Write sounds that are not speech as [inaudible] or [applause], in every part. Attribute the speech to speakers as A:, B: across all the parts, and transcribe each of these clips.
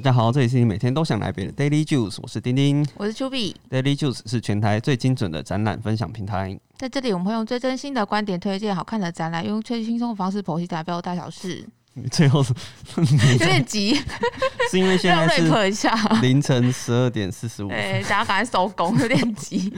A: 家好，这里是你每天都想来杯的 Daily Juice，我是丁丁。
B: 我是丘比，
A: Daily Juice 是全台最精准的展览分享平台。 [laughs]
B: 在这里我们会用最真心的观点推荐好看的展览，用最轻松的方式剖析达标大小事。
A: 你最
B: [laughs]
A: 后是 [laughs]
B: 有点急，
A: 是因为现
B: [laughs] 要
A: 在是
B: rap 一下，
A: 凌晨十二点四十五。
B: 对，大家赶快收工，有点急。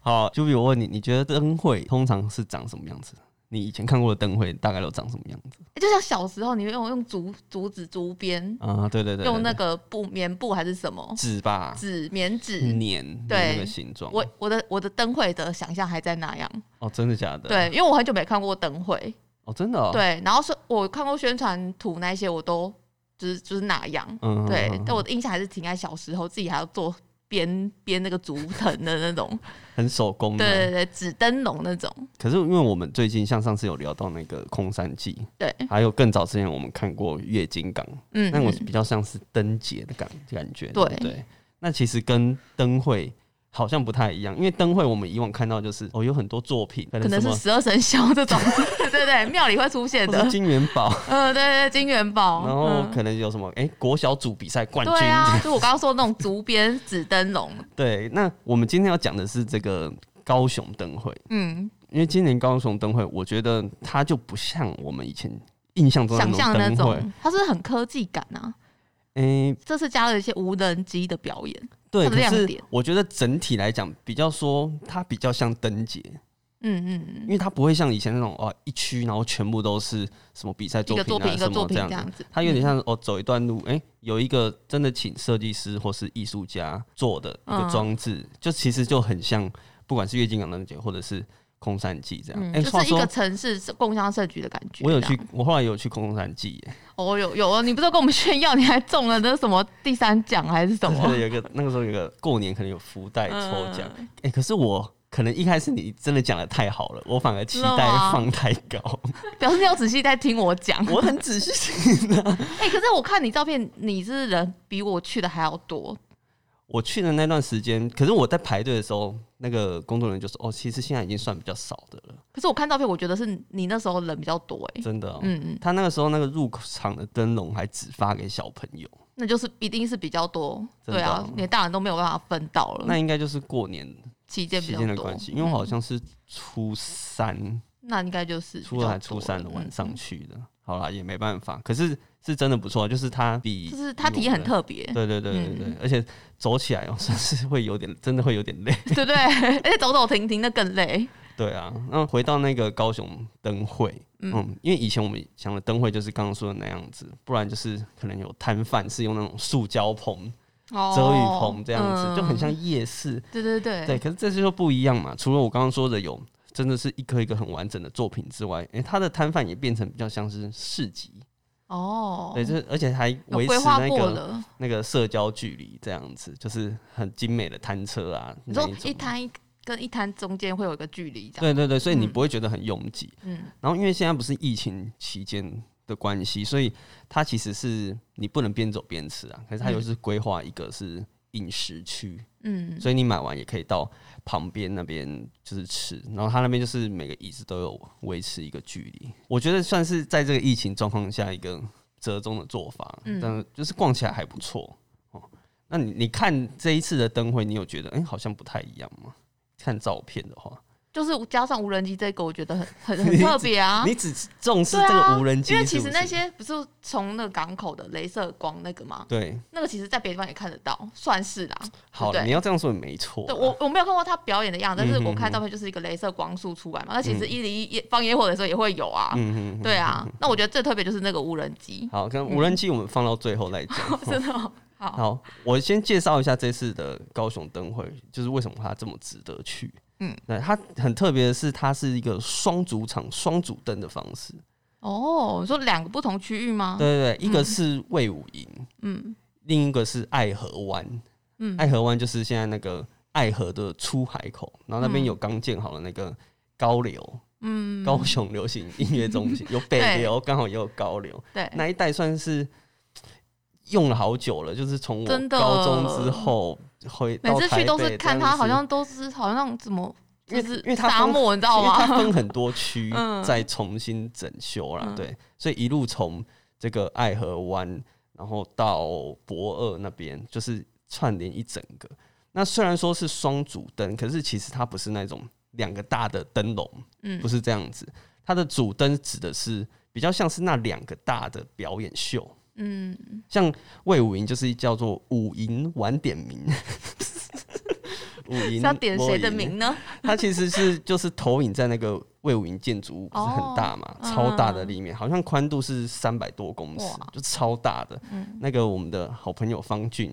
A: 好，就比我问你，你觉得灯会通常是长什么样子？你以前看过的灯会大概都长什么样子？
B: 哎就像小时候，你用用竹竹子竹编，
A: 啊，对对对对
B: 用那
A: 对
B: 个布棉布还是什么
A: 纸吧，
B: 纸棉纸。
A: 年
B: 对
A: 那个形状。
B: 我我的我的灯会的想象还在那样，
A: 哦，真的假的？，
B: 对，因为我很久没看过灯会，
A: 哦，真的、哦。，
B: 对，然后是我看过宣传图那些，我都就是就是那样，
A: 嗯
B: 对，但
A: 我
B: 我的印象还是停在小时候自己还要做编编那个竹藤的那种，
A: 很手工的。
B: [laughs] 对对对，纸灯笼那种，
A: 可是因为我们最近像上次有聊到那个空山记，
B: 对，
A: 还有更早之前我们看过月经港，
B: 嗯，
A: 那我
B: 嗯
A: 比较像是灯节的感感觉，
B: 对
A: 不对。那其实跟灯会好像不太一样，因为灯会我们以往看到就是哦有很多作品，可
B: 可能
A: 什
B: 是
A: 么
B: 十二生肖这种， [laughs] 对对对，庙里会出现
A: 或
B: 的
A: 是，金元
B: [laughs]
A: 宝，
B: 嗯，对对，对金元宝，
A: 然后
B: 嗯
A: 可能有什么哎、国小组比赛冠军，
B: 对啊，就我刚刚说的那种竹编纸灯笼，
A: 对。那我们今天要讲的是这个高雄灯会， [laughs]
B: 嗯，
A: 因为今年高雄灯会，我觉得它就不像我们以前印象中的
B: 想象的
A: 那
B: 那
A: 种灯会。
B: 种，它是不是很科技感啊。
A: 哎、
B: 这次加了一些无人机的表演，
A: 对，
B: 它的
A: 可
B: 亮
A: 是
B: 点
A: 我觉得整体来讲，比较说它比较像灯节，
B: 嗯嗯嗯
A: 因，为它不会像以前那种哦一区，然后全部都是什么比赛
B: 一
A: 作
B: 个
A: 品
B: 作品
A: 啊
B: 一个
A: 什
B: 作
A: 么
B: 品
A: 这样
B: 这
A: 子。
B: 样嗯子，
A: 它有点像哦，走一段路，哎、有一个真的请设计师或是艺术家做的一个
B: 嗯
A: 装置，就其实就很像，不管是月经港灯节或者是空山记这样。
B: 嗯，
A: 哎、
B: 就
A: 话
B: 是一个
A: 说
B: 城市共襄盛举的感觉。
A: 我有
B: 这样
A: 去，我后来有去空山记耶，
B: 哦，有有，你不是跟我们炫耀你还中了那什么第三奖还是什
A: 就
B: 么
A: 是？有一个那个时候有一个过年可能有福袋抽奖，哎、
B: 嗯
A: 可是我。可能一开始你真的讲的太好了，我反而期
B: 真的
A: 待
B: 吗
A: 放太高，
B: [laughs] 表示你有仔细在听我讲。
A: 我很仔细听的。
B: 哎、可是我看你照片，你是人比我去的还要多。
A: 我去的那段时间，可是我在排队的时候，那个工作人员就说：“哦，其实现在已经算比较少的了，
B: 可是我看照片，我觉得是你那时候人比较多、哎，
A: 真的、哦。”
B: 嗯嗯，
A: 他那个时候那个入场的灯笼还只发给小朋友，
B: 那就是一定是比较多。
A: 真
B: 对
A: 的
B: 啊
A: 哦，
B: 连大人都没有办法分到
A: 那
B: 了，
A: 应该就是过年
B: 期哦间比
A: 期
B: 较
A: 间的
B: 多
A: 关系，因为我好像是初三、
B: 那应该就是
A: 初二还初三的
B: 嗯
A: 晚上去的。好啦，也没办法，可是是真的不错，啊就是它比
B: 就是它体验很特嗯别，
A: 对对对对对，而且走起来哦， [laughs] 算是会有点，真的会有点累。
B: 对不对？而且走走停停的更累。
A: 对啊，那回到那个高雄灯会，嗯
B: 嗯
A: 因为以前我们想的灯会就是刚刚说的那样子，不然就是可能有摊贩是用那种塑胶棚、[laughs]
B: 哦
A: 遮雨棚这样子，就很。像
B: 嗯
A: 夜市。
B: 对对对
A: 对，可是这次就不一样嘛。除了我刚刚说的有真的是一颗一个很完整的作品之外，诶、它的摊贩也变成比较像是市集，
B: 哦，
A: 对，就是而且还
B: 有
A: 维持
B: 规划
A: 那
B: 过
A: 个
B: 了。
A: 那个社交距离这样子，就是很精美的摊车啊，
B: 你
A: 那
B: 说
A: 一种
B: 一。摊一跟一摊中间会有一个距离，这
A: 对
B: 样。
A: 对对，所以你
B: 嗯
A: 不会觉得很拥挤。
B: 嗯，
A: 然后因为现在不是疫情期间的关系，所以它其实是你不能边走边吃啊，可是它又是规划一个是饮食区，
B: 嗯，
A: 所以你买完也可以到旁边那边就是吃，然后它那边就是每个椅子都有维持一个距离，我觉得算是在这个疫情状况下一个折中的做法，
B: 嗯
A: 但就是逛起来还不错哦。那你你看这一次的灯会，你有觉得哎、诶好像不太一样吗？看照片的话，
B: 就是加上无人机这个，我觉得很很
A: [laughs]
B: 很特别啊。
A: 你只重视
B: 对
A: 这
B: 啊
A: 个无人机、
B: 因为其实
A: 是不
B: 那
A: 是
B: 些不是从那个港口的镭射光那个吗？
A: 对，
B: 那个其实在别的地方也看得到，算是啦。
A: 好
B: 对
A: 了，你要这样说也没错啦。
B: 对我我没有看过他表演的样子，但
A: 嗯
B: 是
A: 哼
B: 我看
A: 哼嗯
B: 照片就是一个镭射光束出来嘛。那其实一零一放烟火的时候也会有啊。
A: 嗯嗯，
B: 对嗯啊，那我觉得最特别就是那个无人机，
A: 好，跟无人机我们放到最后再讲。
B: [laughs] 真的哦
A: [laughs]
B: 好，
A: 好，我先介绍一下这次的高雄灯会，就是为什么它这么值得去。嗯
B: 嗯，
A: 对，它很特别的是，它是一个双主场、双主灯的方式。
B: 哦，你说两个不同区域吗？
A: 对对对，一个是魏武营，
B: 哦嗯
A: 另一个是爱河湾。
B: 嗯
A: 爱河湾就是现在那个爱河的出海口，然后那边有刚建好的那个高流，
B: 嗯，
A: 高雄流行音乐中心，有北
B: 对
A: 流，刚好也有高流。
B: 对，
A: 那一代算是用了好久了，就是从我
B: 真的
A: 高中之后回
B: 每
A: 到
B: 次
A: 台
B: 去都
A: 北
B: 是看
A: 这样
B: 他
A: 子
B: 好像都是好像怎么
A: 因为
B: 就是
A: 因为它
B: 沙
A: 分
B: 漠，你知道
A: 因为它
B: 吗？
A: 分很多区
B: 啊 [laughs] 嗯
A: 再重新整修啦，
B: 嗯
A: 对，所以一路从这个爱河湾，然后到博二那边，就是串联一整个。那虽然说是双主灯，可是其实它不是那种两个大的灯笼，
B: 嗯
A: 不是这样子。它的主灯指的是比较像是那两个大的表演秀，
B: 嗯，
A: 像魏武营就是叫做五营晚点
B: [laughs]
A: 名，五
B: 是
A: 营
B: 要点谁的？
A: 我营
B: 名呢？
A: 它其实是就是投影在那个魏武营建筑物，不是很大嘛，
B: 哦嗯
A: 超大的立面，好像宽度是三百多公尺
B: 哇，
A: 就超大的。
B: 嗯
A: 那个我们的好朋友方俊，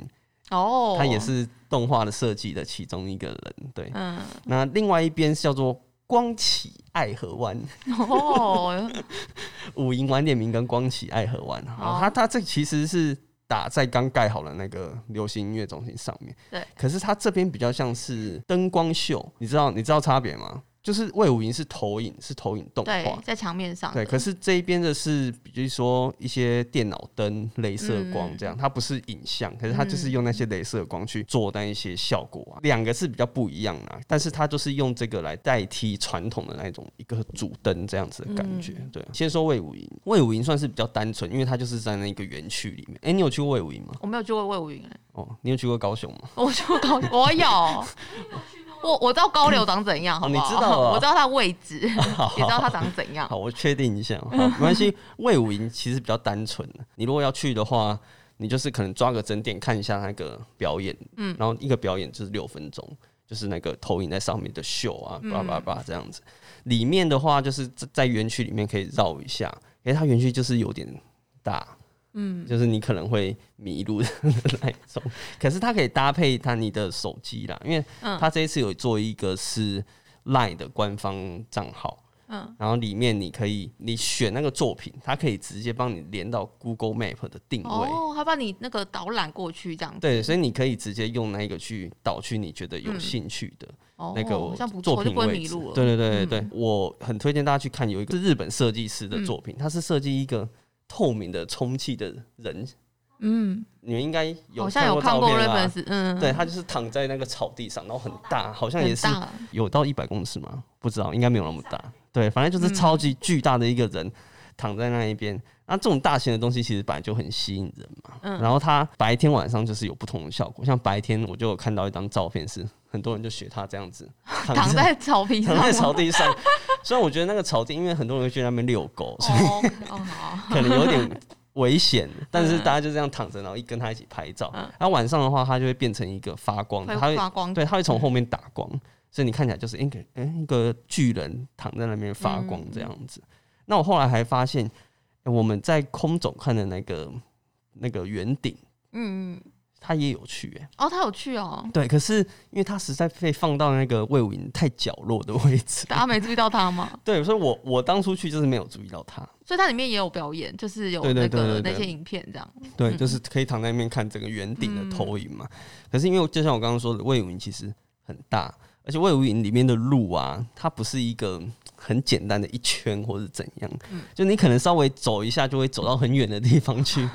B: 哦，
A: 他也，是动画的设计的其中一个人。对，
B: 嗯，
A: 那另外一边是叫做光启爱河湾，
B: 哦，
A: [laughs] 五营晚点名跟光启爱河湾。
B: 哦
A: 好，它它这其实是打在刚盖好的那个流行音乐中心上面。
B: 对，
A: 可是它这边比较像是灯光秀，你知道你知道差别吗？就是魏武营是投影，是投影动
B: 对
A: 画，。
B: 在墙面上的，
A: 对，可是这一边的是，比如说一些电脑灯、镭射光这样，它不是影像，可是它就是用那些镭射光去做那一些效果啊。两个是比较不一样的，但是它就是用这个来代替传统的那种一个主灯这样子的感觉。对，啊先说魏武营，魏武营算是比较单纯，因为它就是在那个园区里面。哎、你有去过魏武营吗？
B: 我没有去过魏武营，
A: 哦，你有去过高雄吗？
B: 我去过高，我有，我我知道高流长怎样，好不好？
A: 哦你知道哦
B: 我知道它位置，也知道它长怎样。
A: 好，我确定一下，好，没关系。魏武营其实比较单纯的，你如果要去的话，你就是可能抓个整点看一下那个表演，嗯，然后一个表演就是六分钟，就是那个投影在上面的秀啊，叭叭叭这样子。里面的话就是在在园区里面可以绕一下，因为它园区就是有点大。嗯，就是你可能会迷路的那一种， [laughs] 可是它可以搭配它你的手机啦，因为它这一次有做一个是 Line 的官方账号，然后里面你可以你选那个作品，它可以直接帮你连到 Google Map 的定位。
B: 哦，他把你那个导览过去这样子，
A: 对，所以你可以直接用那个去导去你觉得有兴趣的
B: 哦，
A: 那
B: 好像不
A: 个
B: 错，
A: 作
B: 就
A: 品
B: 不会
A: 位
B: 迷
A: 置。
B: 路了。嗯
A: 对对对对对，我很推荐大家去看，有一个是日本设计师的作品，他是设计一个透明的充气的人，
B: 嗯，
A: 你们应该有
B: 好像有看
A: 照
B: 过
A: 片
B: reference，
A: 吧？
B: 嗯，
A: 对，他就是躺在那个草地上，然后很大，好像也
B: 很
A: 是
B: 大，
A: 有到一百公尺吗？不知道，嗯应该没有那么大。对，反正就是超级巨大的一个人、躺在那一边。那这种大型的东西其实本来就很吸引人嘛。然后它白天晚上就是有不同的效果，像白天我就有看到一张照片是很多人就学他这样 [laughs] 子躺
B: 躺在草坪
A: [laughs]
B: 上
A: 躺在
B: 吗。
A: 草地上。虽然我觉得那个草地，因为很多人会去那边遛 [laughs] 狗，所以
B: 哦哦
A: [laughs]
B: 好，
A: 可能有点危险，但是大家就这样躺着，然后一跟他一起拍照。然后晚上的话，它就会变成一个发光的，它
B: 会
A: 嗯会
B: 发光，
A: 对，它会从后面打光，所以你看起来就是一个诶一个巨人躺在那边发光这样子。那我后来还发现，诶我们在空总看的那个那个圆顶，
B: 嗯，
A: 它也有去、诶
B: 哦，他有去哦，
A: 对，可是因为它实在被放到那个魏武营太角落的位置，
B: 大家没注意到他吗？
A: 对，所以我我当初去就是没有注意到它。
B: 所以它里面也有表演，就是有
A: 对
B: 那
A: 对
B: 个
A: 对对对
B: 那些影片这样。
A: 对，就是
B: 嗯
A: 可以躺在那边看整个圆顶的投影嘛。可是因为我就像我刚刚说的，魏武营其实很大，而且魏武营里面的路啊，它不是一个很简单的一圈或是怎样，
B: 嗯
A: 就你可能稍微走一下就会走到很远的地方
B: [laughs]
A: 去，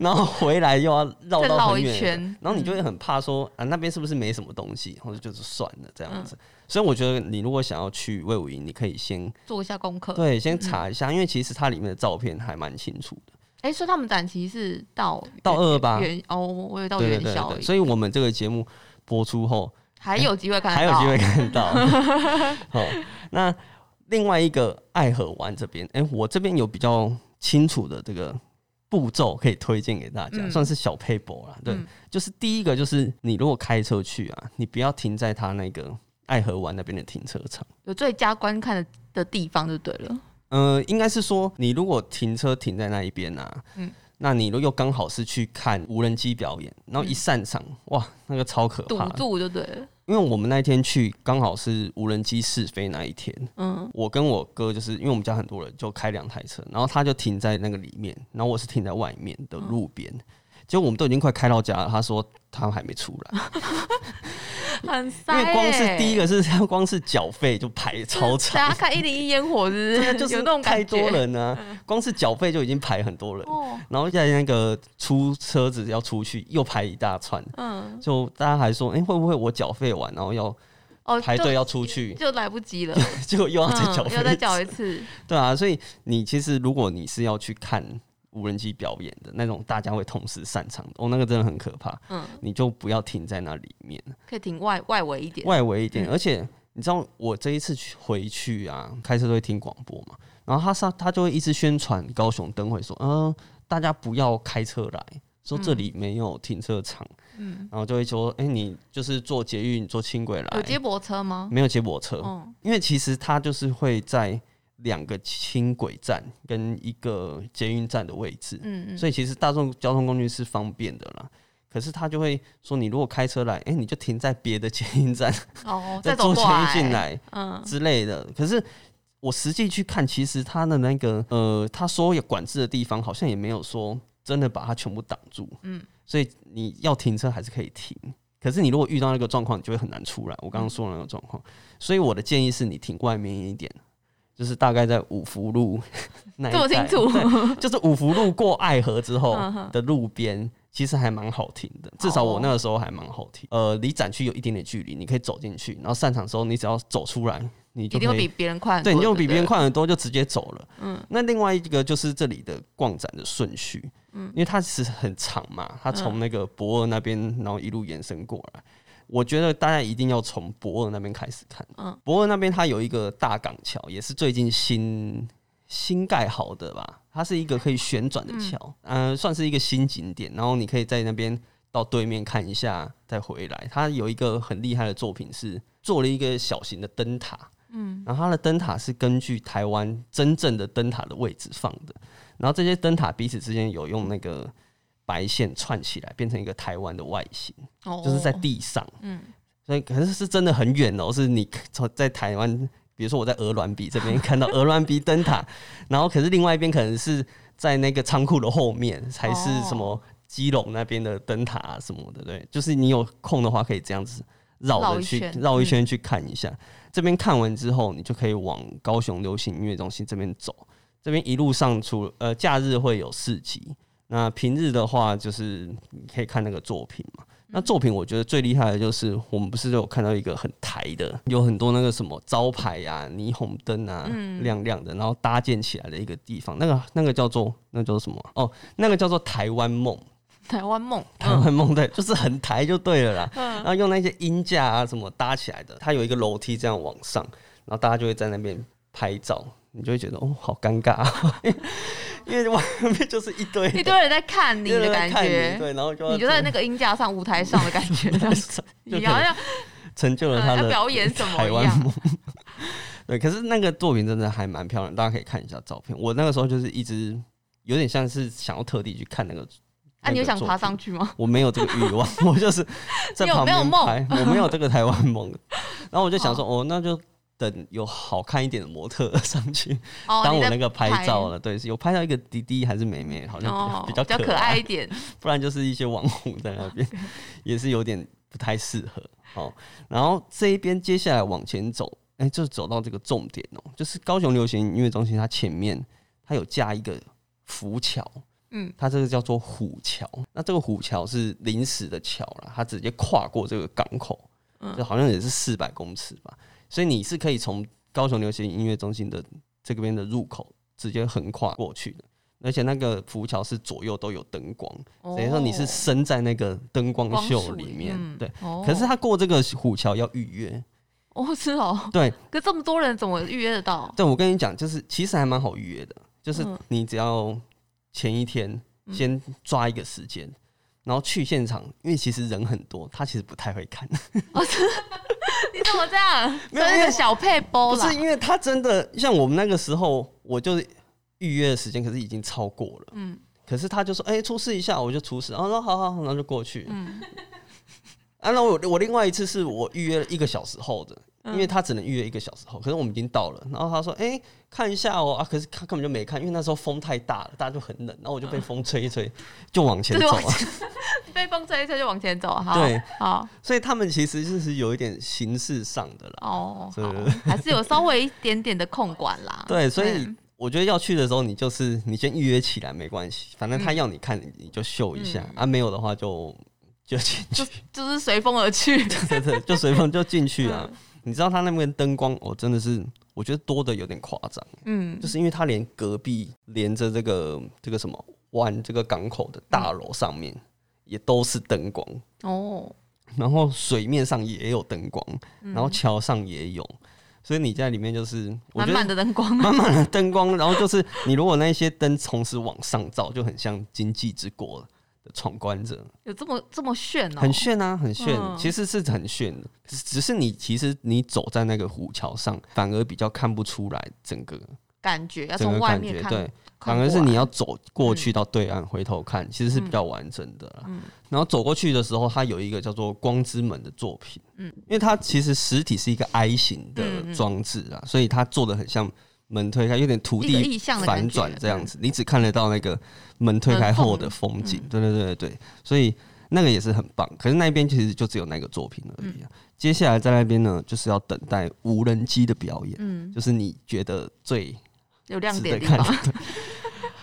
A: 然后回来又要绕
B: 再绕
A: 到很
B: 一
A: 远的
B: 圈嗯
A: 然后你就会很怕说啊那边是不是没什么东西，或者就是算了这
B: 嗯
A: 样子。所以我觉得你如果想要去魏武营，你可以先
B: 做一下功课。
A: 对先查一下，因为其实它里面的照片还蛮清楚的，
B: 哎、所以他们展期是到
A: 到
B: 元
A: 二吧。
B: 元哦，我以为到
A: 对
B: 元
A: 对对
B: 宵而
A: 对，
B: 已，
A: 所以我们这个节目播出后，
B: 还有机会看
A: 还
B: 得
A: 有
B: 到。
A: 机会看
B: [laughs]
A: 到。好，那另外一个爱河湾这边，哎、我这边有比较清楚的这个步骤可以推荐给大家，
B: 嗯
A: 算是小 paper 啦。对，
B: 嗯
A: 就是第一个就是你如果开车去啊，你不要停在他那个爱河湾那边的停车场。
B: 有最佳观看的的地方就对了。
A: 呃，应该是说你如果停车停在那一边啊，
B: 嗯
A: 那你如果又刚好是去看无人机表演，然后一散场，哇，那个超可
B: 嗯堵
A: 怕的，
B: 住就对了。
A: 因为我们那一天去刚好是无人机试飞那一天， [laughs]
B: 嗯，
A: 我跟我哥就是因为我们家很多人就开两台车，然后他就停在那个里面，然后我是停在外面的路边，结果我们都已经快开到家了，他说他还没出
B: [laughs]
A: 来，
B: 很
A: 因
B: 塞、欸。
A: 为光是第一个
B: [laughs]
A: 是光是缴费就排超
B: 大 [laughs]
A: 长
B: 家，看一零一烟火是不是，
A: 就是
B: 有那种
A: 太
B: 感
A: 多
B: 觉。嗯
A: 人呢、啊，光是缴费就已经排很多人，
B: 哦，
A: 然后在那个出车子要出去又排一大串，
B: 嗯，
A: 就大家还说，哎、会不会我缴费完然后要
B: 哦，
A: 排队
B: 就
A: 要出去，
B: [laughs] 就来不及了，
A: 结果又要再
B: 嗯
A: 缴费、
B: 又再缴一次。
A: 对啊，所以你其实如果你是要去看无人机表演的那种，大家会同时散场的，哦，那个真的很可怕。
B: 嗯，
A: 你就不要停在那里面，
B: 可以挺外外围一点。
A: 外围一点。
B: 嗯
A: 而且你知道，我这一次去回去啊，开车都会听广播嘛，然后他上他就会一直宣传高雄灯会说，嗯、大家不要开车来，说这里没有停车场，
B: 嗯，
A: 然后就会说，哎、你就是坐捷运、坐轻轨
B: 有
A: 来，
B: 接驳车吗？
A: 没有接驳车，
B: 嗯
A: 因为其实它就是会在两个轻轨站跟一个捷运站的位置，
B: 嗯嗯，
A: 所以其实大众交通工具是方便的啦。可是他就会说，你如果开车来，哎、你就停在别的捷运站，
B: 哦，
A: 再
B: 走
A: 坐捷
B: 过
A: 运进，来
B: 嗯
A: 之类的。可是我实际去看，其实他的那个呃，他说有管制的地方，好像也没有说真的把它全部挡住。
B: 嗯，
A: 所以你要停车还是可以停。可是你如果遇到那个状况，你就会很难出来。我刚刚说的那个状
B: 嗯
A: 况，所以我的建议是你停外面一点，就是大概在五福
B: [laughs]
A: 路那一
B: 这么清
A: 带
B: 楚，
A: 就是五福路过爱河之后
B: 嗯哼
A: 的路边，其实还蛮好停的，至少我那个时候还蛮好停。
B: 哦
A: 呃，离展区有一点点距离，你可以走进去，然后散场之后你只要走出来，你
B: 一
A: 就
B: 定
A: 可
B: 会比
A: 以。
B: 别人快很多，
A: 对，你就比
B: 不
A: 别人。快很多，就直接走了。
B: 嗯
A: 那另外一个就是这里的逛展的顺序，
B: 嗯
A: 因为它其实很长嘛，它从那个博尔那边，然后一路延伸过来。我觉得大家一定要从博尔那边开始看。
B: 嗯
A: 博尔那边它有一个大港桥，也是最近新新盖好的吧？它是一个可以旋转的桥，嗯、算是一个新景点。然后你可以在那边到对面看一下，再回来。它有一个很厉害的作品是做了一个小型的灯塔，
B: 嗯，
A: 然后它的灯塔是根据台湾真正的灯塔的位置放的，然后这些灯塔彼此之间有用那个白线串起来，变成一个台湾的外形，
B: 哦，
A: 就是在地上，
B: 嗯
A: 所以可是是真的很远哦，是你从在台湾，比如说我在鹅銮鼻这边看到鹅銮鼻灯
B: [laughs]
A: 塔，然后可是另外一边可能是在那个仓库的后面才是
B: 哦
A: 什么基隆那边的灯塔、啊、什么的，对，就是你有空的话可以这样子绕
B: 绕
A: 着
B: 一
A: 去
B: 圈嗯
A: 绕一圈去看一下。这边看完之后，你就可以往高雄流行音乐中心这边走。这边一路上除了呃假日会有市集，那平日的话就是你可以看那个作品嘛。
B: 嗯
A: 那作品我觉得最厉害的就是我们不是有看到一个很台的，有很多那个什么招牌呀、啊、霓虹灯啊，
B: 嗯
A: 亮亮的，然后搭建起来的一个地方。那个那个叫做那叫做什么啊？哦，那个叫做台湾梦，
B: 台
A: [laughs]
B: 湾梦，
A: 台
B: 嗯
A: 湾梦对，就是很台就对了啦。然
B: 嗯
A: 后用那些音架啊什么搭起来的，它有一个楼梯这样往上，然后大家就会在那边拍照，你就会觉得哦，好尴尬、啊，因为外面就是一堆
B: [laughs] 一堆人在看你
A: 一堆
B: 的
A: 人
B: 感
A: 在看你
B: 觉，
A: 对，然后就要
B: 你就在那个音架上、舞台上的感
A: [laughs]
B: 觉， [laughs] 这样子
A: 就可
B: 你
A: 以
B: 好像
A: 成就了
B: 呃
A: 他
B: 要
A: 的
B: 表演什么
A: 台
B: 一
A: 湾
B: 样。
A: 梦。对，可是那个作品真的还蛮漂亮，大家可以看一下照片。我那个时候就是一直有点像是想要特地去看那个。
B: 啊，你有
A: 那个
B: 想
A: 作
B: 爬
A: 品
B: 上去吗？
A: 我没有这个欲望， [laughs] 我
B: [laughs]
A: 就是在
B: 你有
A: 旁
B: 没有
A: 边
B: 梦
A: 拍，
B: [laughs]
A: 我没有这个台湾梦。然后我就想说，哦，那就等有好看一点的模特上去
B: 哦，
A: 当
B: 你
A: 我
B: 在
A: 那个拍
B: 拍
A: 照了。对，是有拍到一个弟弟还是妹妹，好像 [laughs] 比较
B: 哦
A: 比较
B: 比较可
A: 可
B: 爱
A: 爱
B: 一点，
A: 不然就是一些网红在那
B: [laughs]
A: 边，也是有点不太适合哦。然后这一边接下来往前走，哎、就走到这个重点哦，就是高雄流行音乐中心，它前面它有架一个浮桥，
B: 嗯，
A: 它这个叫做虎桥。那这个虎桥是临时的桥啦，它直接跨过这个港口，
B: 嗯
A: 就好像也是四百公尺吧，所以你是可以从高雄流行音乐中心的这边的入口直接横跨过去的。而且那个浮桥是左右都有灯光， [laughs] 等于说你是身在那个灯光
B: 哦光
A: 秀
B: 束
A: 里面，
B: 嗯
A: 对。
B: 哦
A: 可是他过这个虎桥要预约，
B: 哦是哦，
A: 对，
B: 可这么多人怎么预约得
A: [laughs]
B: 到？
A: 对我跟你讲，就是其实还蛮好预约的，就是
B: 嗯
A: 你只要前一天
B: 嗯
A: 先抓一个时间，然后去现场，因为其实人很多，他其实不太会看，
B: 你怎么这样？
A: 没有
B: 这是
A: 因
B: 个
A: 为
B: 小配包
A: [laughs] 不
B: 啦
A: 是。因为他真的像我们那个时候，我就是预约的时间，可是已经超过了，
B: 嗯
A: 可是他就说，哎、出示一下，我就出示，然后说好好，好然后就过去，
B: 嗯，
A: 啊，那我我另外一次是我预约了一个小时后的，
B: 嗯
A: 因为他只能预约一个小时后，可是我们已经到了，然后他说：“哎、看一下哦、啊！”可是他根本就没看，因为那时候风太大了，大家就很冷，然后我就被风吹一吹，就往前
B: 就是
A: 走
B: 嗯往
A: 啊。
B: 被风吹一吹就往前走，好，
A: 对，
B: 好，
A: 所以他们其实就是有一点形式上的啦，
B: 哦，
A: 对
B: 好
A: 对对，
B: 还是有稍微一点点的控管啦。
A: 对，所以
B: 嗯
A: 我觉得要去的时候，你就是你先预约起来没关系，
B: 嗯
A: 反正他要你看你就秀一下、啊，没有的话就就进去，
B: 就是随风而去。
A: [laughs] 对对，就随风就进去
B: 嗯
A: 啊。你知道他那边灯光，我、真的是我觉得多的有点夸张。
B: 嗯
A: 就是因为它连隔壁连着这个这个什么湾这个港口的大楼上面也都是灯光，
B: 哦，
A: 然后水面上也有灯光，
B: 嗯
A: 然后桥上也有，所以你在里面就是我
B: 满
A: 觉
B: 满
A: 得
B: 的灯光， [laughs]
A: 满满的灯光，然后就是你如果那些灯同时往上照，就很像经济之国的闯关者，
B: 有这么这么炫哦，
A: 很炫啊，很炫，
B: 嗯
A: 其实是很炫的，只只是你其实你走在那个湖桥上，反而比较看不出来整个
B: 感觉，要
A: 整
B: 从
A: 个
B: 外
A: 感
B: 面
A: 觉，
B: 看，
A: 对，
B: 看
A: 反而是
B: 过来嗯
A: 你要走过去到对岸回头看，其实是比较完整的啦。然后走过去的时候，它有一个叫做“光之门”的作品，
B: 嗯
A: 因为它其实实体是一个 I 型
B: 嗯
A: 的
B: 嗯
A: 装置啊，所以它做的很像门推开，有点土
B: 一个意
A: 地
B: 象的
A: 反
B: 感觉嗯
A: 转这样子，你只看得到那个门推开后的风景。对对对对对，所以那个也是很棒。可是那边其实就只有那个作品而
B: 嗯
A: 已啊。接下来在那边呢，就是要等待无人机的表演，
B: 嗯，
A: 就是你觉得最
B: 有亮
A: 值
B: 点
A: 得
B: 的
A: 看
B: 地方，。
A: 对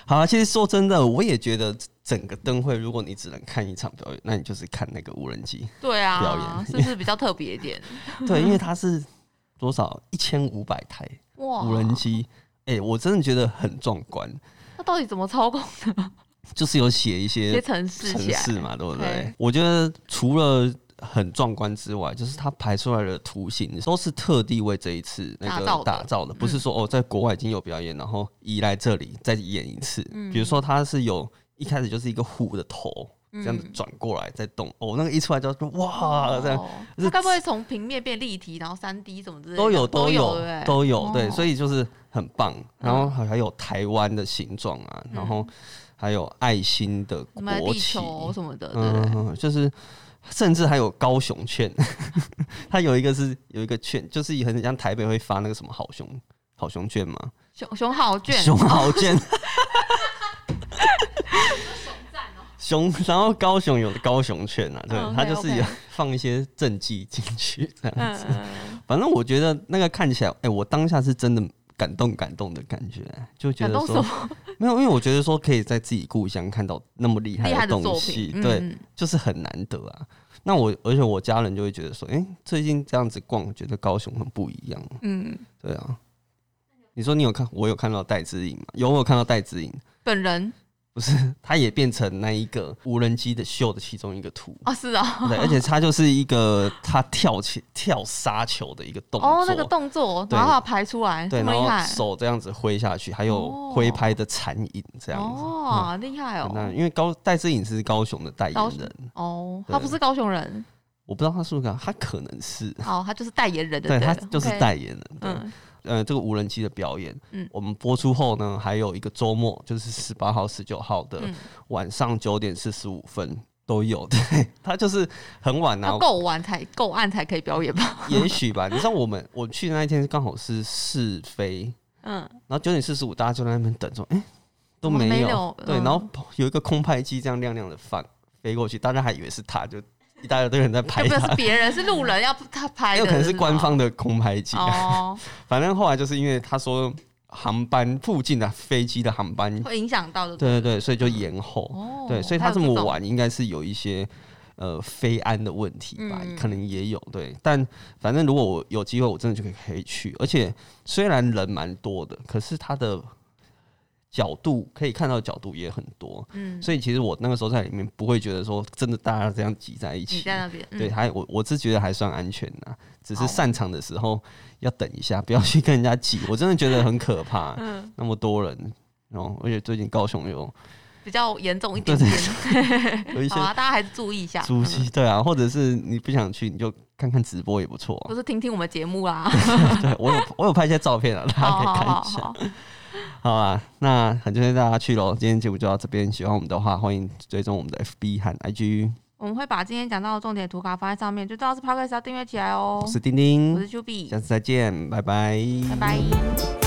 A: 好啊了，其实说真的，我也觉得整个灯会，如果你只能看一场表演，那你就是看那个无人机。[laughs]
B: 对
A: 表
B: 啊，
A: 演
B: 是不是比较特别一点？
A: 对，因为它是多少一千五百台
B: 哇，
A: 无人机，哎、我真的觉得很壮观，
B: 那到底怎么操控
A: 就是有写一
B: 一
A: 些
B: 些城市
A: 城
B: 起来？
A: 市嘛，对不对
B: 对？
A: 我觉得除了很壮观之外，就是它排出来的图形都是特地为这一次那
B: 打造
A: 个
B: 的嗯
A: 打造的，不是说哦，在国外已经有表演，然后移来这里再演一次。
B: 嗯
A: 比如说，它是有一开始就是一个虎的头这样子
B: 嗯
A: 转过来再动，哦，那个一出来就哇
B: 哦
A: 这样。
B: 它该不会从平面变立体，然后三 D 什么之类的
A: 都有
B: 都
A: 有
B: 对不对
A: 都有对，
B: 哦嗯
A: 所以就是很棒。然后还还有台湾的形状啊，然后还有爱心的
B: 什么
A: 国
B: 地
A: 旗，
B: 球什么的，对不
A: 嗯，
B: 对？
A: 嗯就是甚至还有高雄 [laughs] 券，它有一个是有一个券，就是很像台北会发那个什么好熊好熊券嘛，
B: 熊熊好卷，
A: 熊好
B: [laughs]
A: 券。熊，然后高雄有高雄券啊，对，
B: 嗯
A: 它就是
B: OK，OK
A: 有放一些政绩进去这样
B: 嗯
A: 子。
B: 嗯嗯
A: 反正我觉得那个看起来，哎、我当下是真的感动感动的感觉，就觉
B: 感
A: 得
B: 动什
A: 说
B: 么？
A: [laughs] 没有，因为我觉得说可以在自己故乡看到那么厉
B: 厉害
A: 害
B: 的
A: 东
B: 作
A: 西
B: 品，，嗯
A: 对，
B: 嗯
A: 就是很难得啊。那我而且我家人就会觉得说，哎、最近这样子逛，觉得高雄很不一样。
B: 嗯，
A: 对啊，你说你有看，我有看到戴之颖吗？有，我有看到戴之颖，
B: 本人
A: 他也变成那一个无人机的秀的其中一个
B: [laughs]
A: 图。
B: 哦，是啊，
A: 对，而且他就是一个他跳起跳杀球的一个动作，
B: 哦，那个动作，
A: 对
B: 然后它排出来，
A: 对，
B: 这么
A: 然
B: 厉
A: 后
B: 害，
A: 手这样子挥下去，还
B: 哦
A: 有挥拍的残影这样子。嗯
B: 哦，厉害
A: 很
B: 哦，
A: 难因为高戴之颖是高雄的代言
B: 高雄
A: 人，
B: 哦，
A: 对
B: 他不是高雄人，
A: 我不知道他是不是高，他可能是，
B: 哦，他就是代言人的，
A: 对
B: 对
A: 他
B: 了
A: 就是，
B: OK
A: 代言人。对，
B: 嗯，
A: 呃，这个无人机的表演，
B: 嗯
A: 我们播出后呢，还有一个周末，就是十八号、十九号的
B: 嗯
A: 晚上九点四十五分都有。对，它就是很晚啊
B: 要，够晚才够暗才可以表演吧？
A: 也许吧。你知道我们我去的那一天刚好是试飞，
B: 嗯，
A: 然后九点四十五大家就在那边等说，哎、都
B: 怎么没
A: 没
B: 有
A: 对，
B: 嗯
A: 然后有一个空拍机这样亮亮的放飞过去，大家还以为是他，就一大堆人
B: [laughs]
A: 在
B: 要
A: 拍
B: 不要
A: 他
B: 是。别人是路人要他拍
A: 也
B: 的，
A: 有可能是
B: 吗
A: 官方的空拍机、
B: 哦，
A: 反正后来就是因为他说航班附近的飞机的航班，
B: 会影响到的，
A: 对对对，所以就延后。
B: 哦，
A: 对，所以
B: 还
A: 他
B: 有
A: 这么
B: 种
A: 晚，应该是有一些呃非安的问题吧，
B: 嗯
A: 可能也有对。但反正如果我有机会，我真的就可以可以去。而且虽然人蛮多的，可是它的角度可以看到的角度也很多，
B: 嗯，
A: 所以其实我那个时候在里面不会觉得说真的大家这样挤在一
B: 你
A: 起。
B: 在那边，嗯
A: 对，，还我我是觉得还算安全呐、只
B: 好
A: 是散场的时候要等一下，不要去跟人家挤。我真的觉得很可怕，
B: [laughs] 嗯，
A: 那么多人，然后而且最近高雄有
B: 比较严重一
A: 对
B: 点
A: 对
B: 点，
A: 有一些
B: 好啊，大家还是注意一下，
A: 主
B: 嗯
A: 机对啊，或者是你不想去，你就看看直播也不错、啊
B: 或是听听我们节目 [laughs] 啦，
A: 对我有我有拍一些照片啊，大家
B: 好
A: 可以
B: 好
A: 看
B: 好
A: 一下。
B: 好，
A: 好啊，那很推荐大家去喽。今天节目就到这边，喜欢我们的话，欢迎追踪我们的 FB 和 IG。
B: 我们会把今天讲到的重点图卡放在上面，就知道是 podcast 要订阅起来哦
A: 我。是丁丁
B: 我是，Q B，
A: 下次再见，拜拜
B: 拜拜。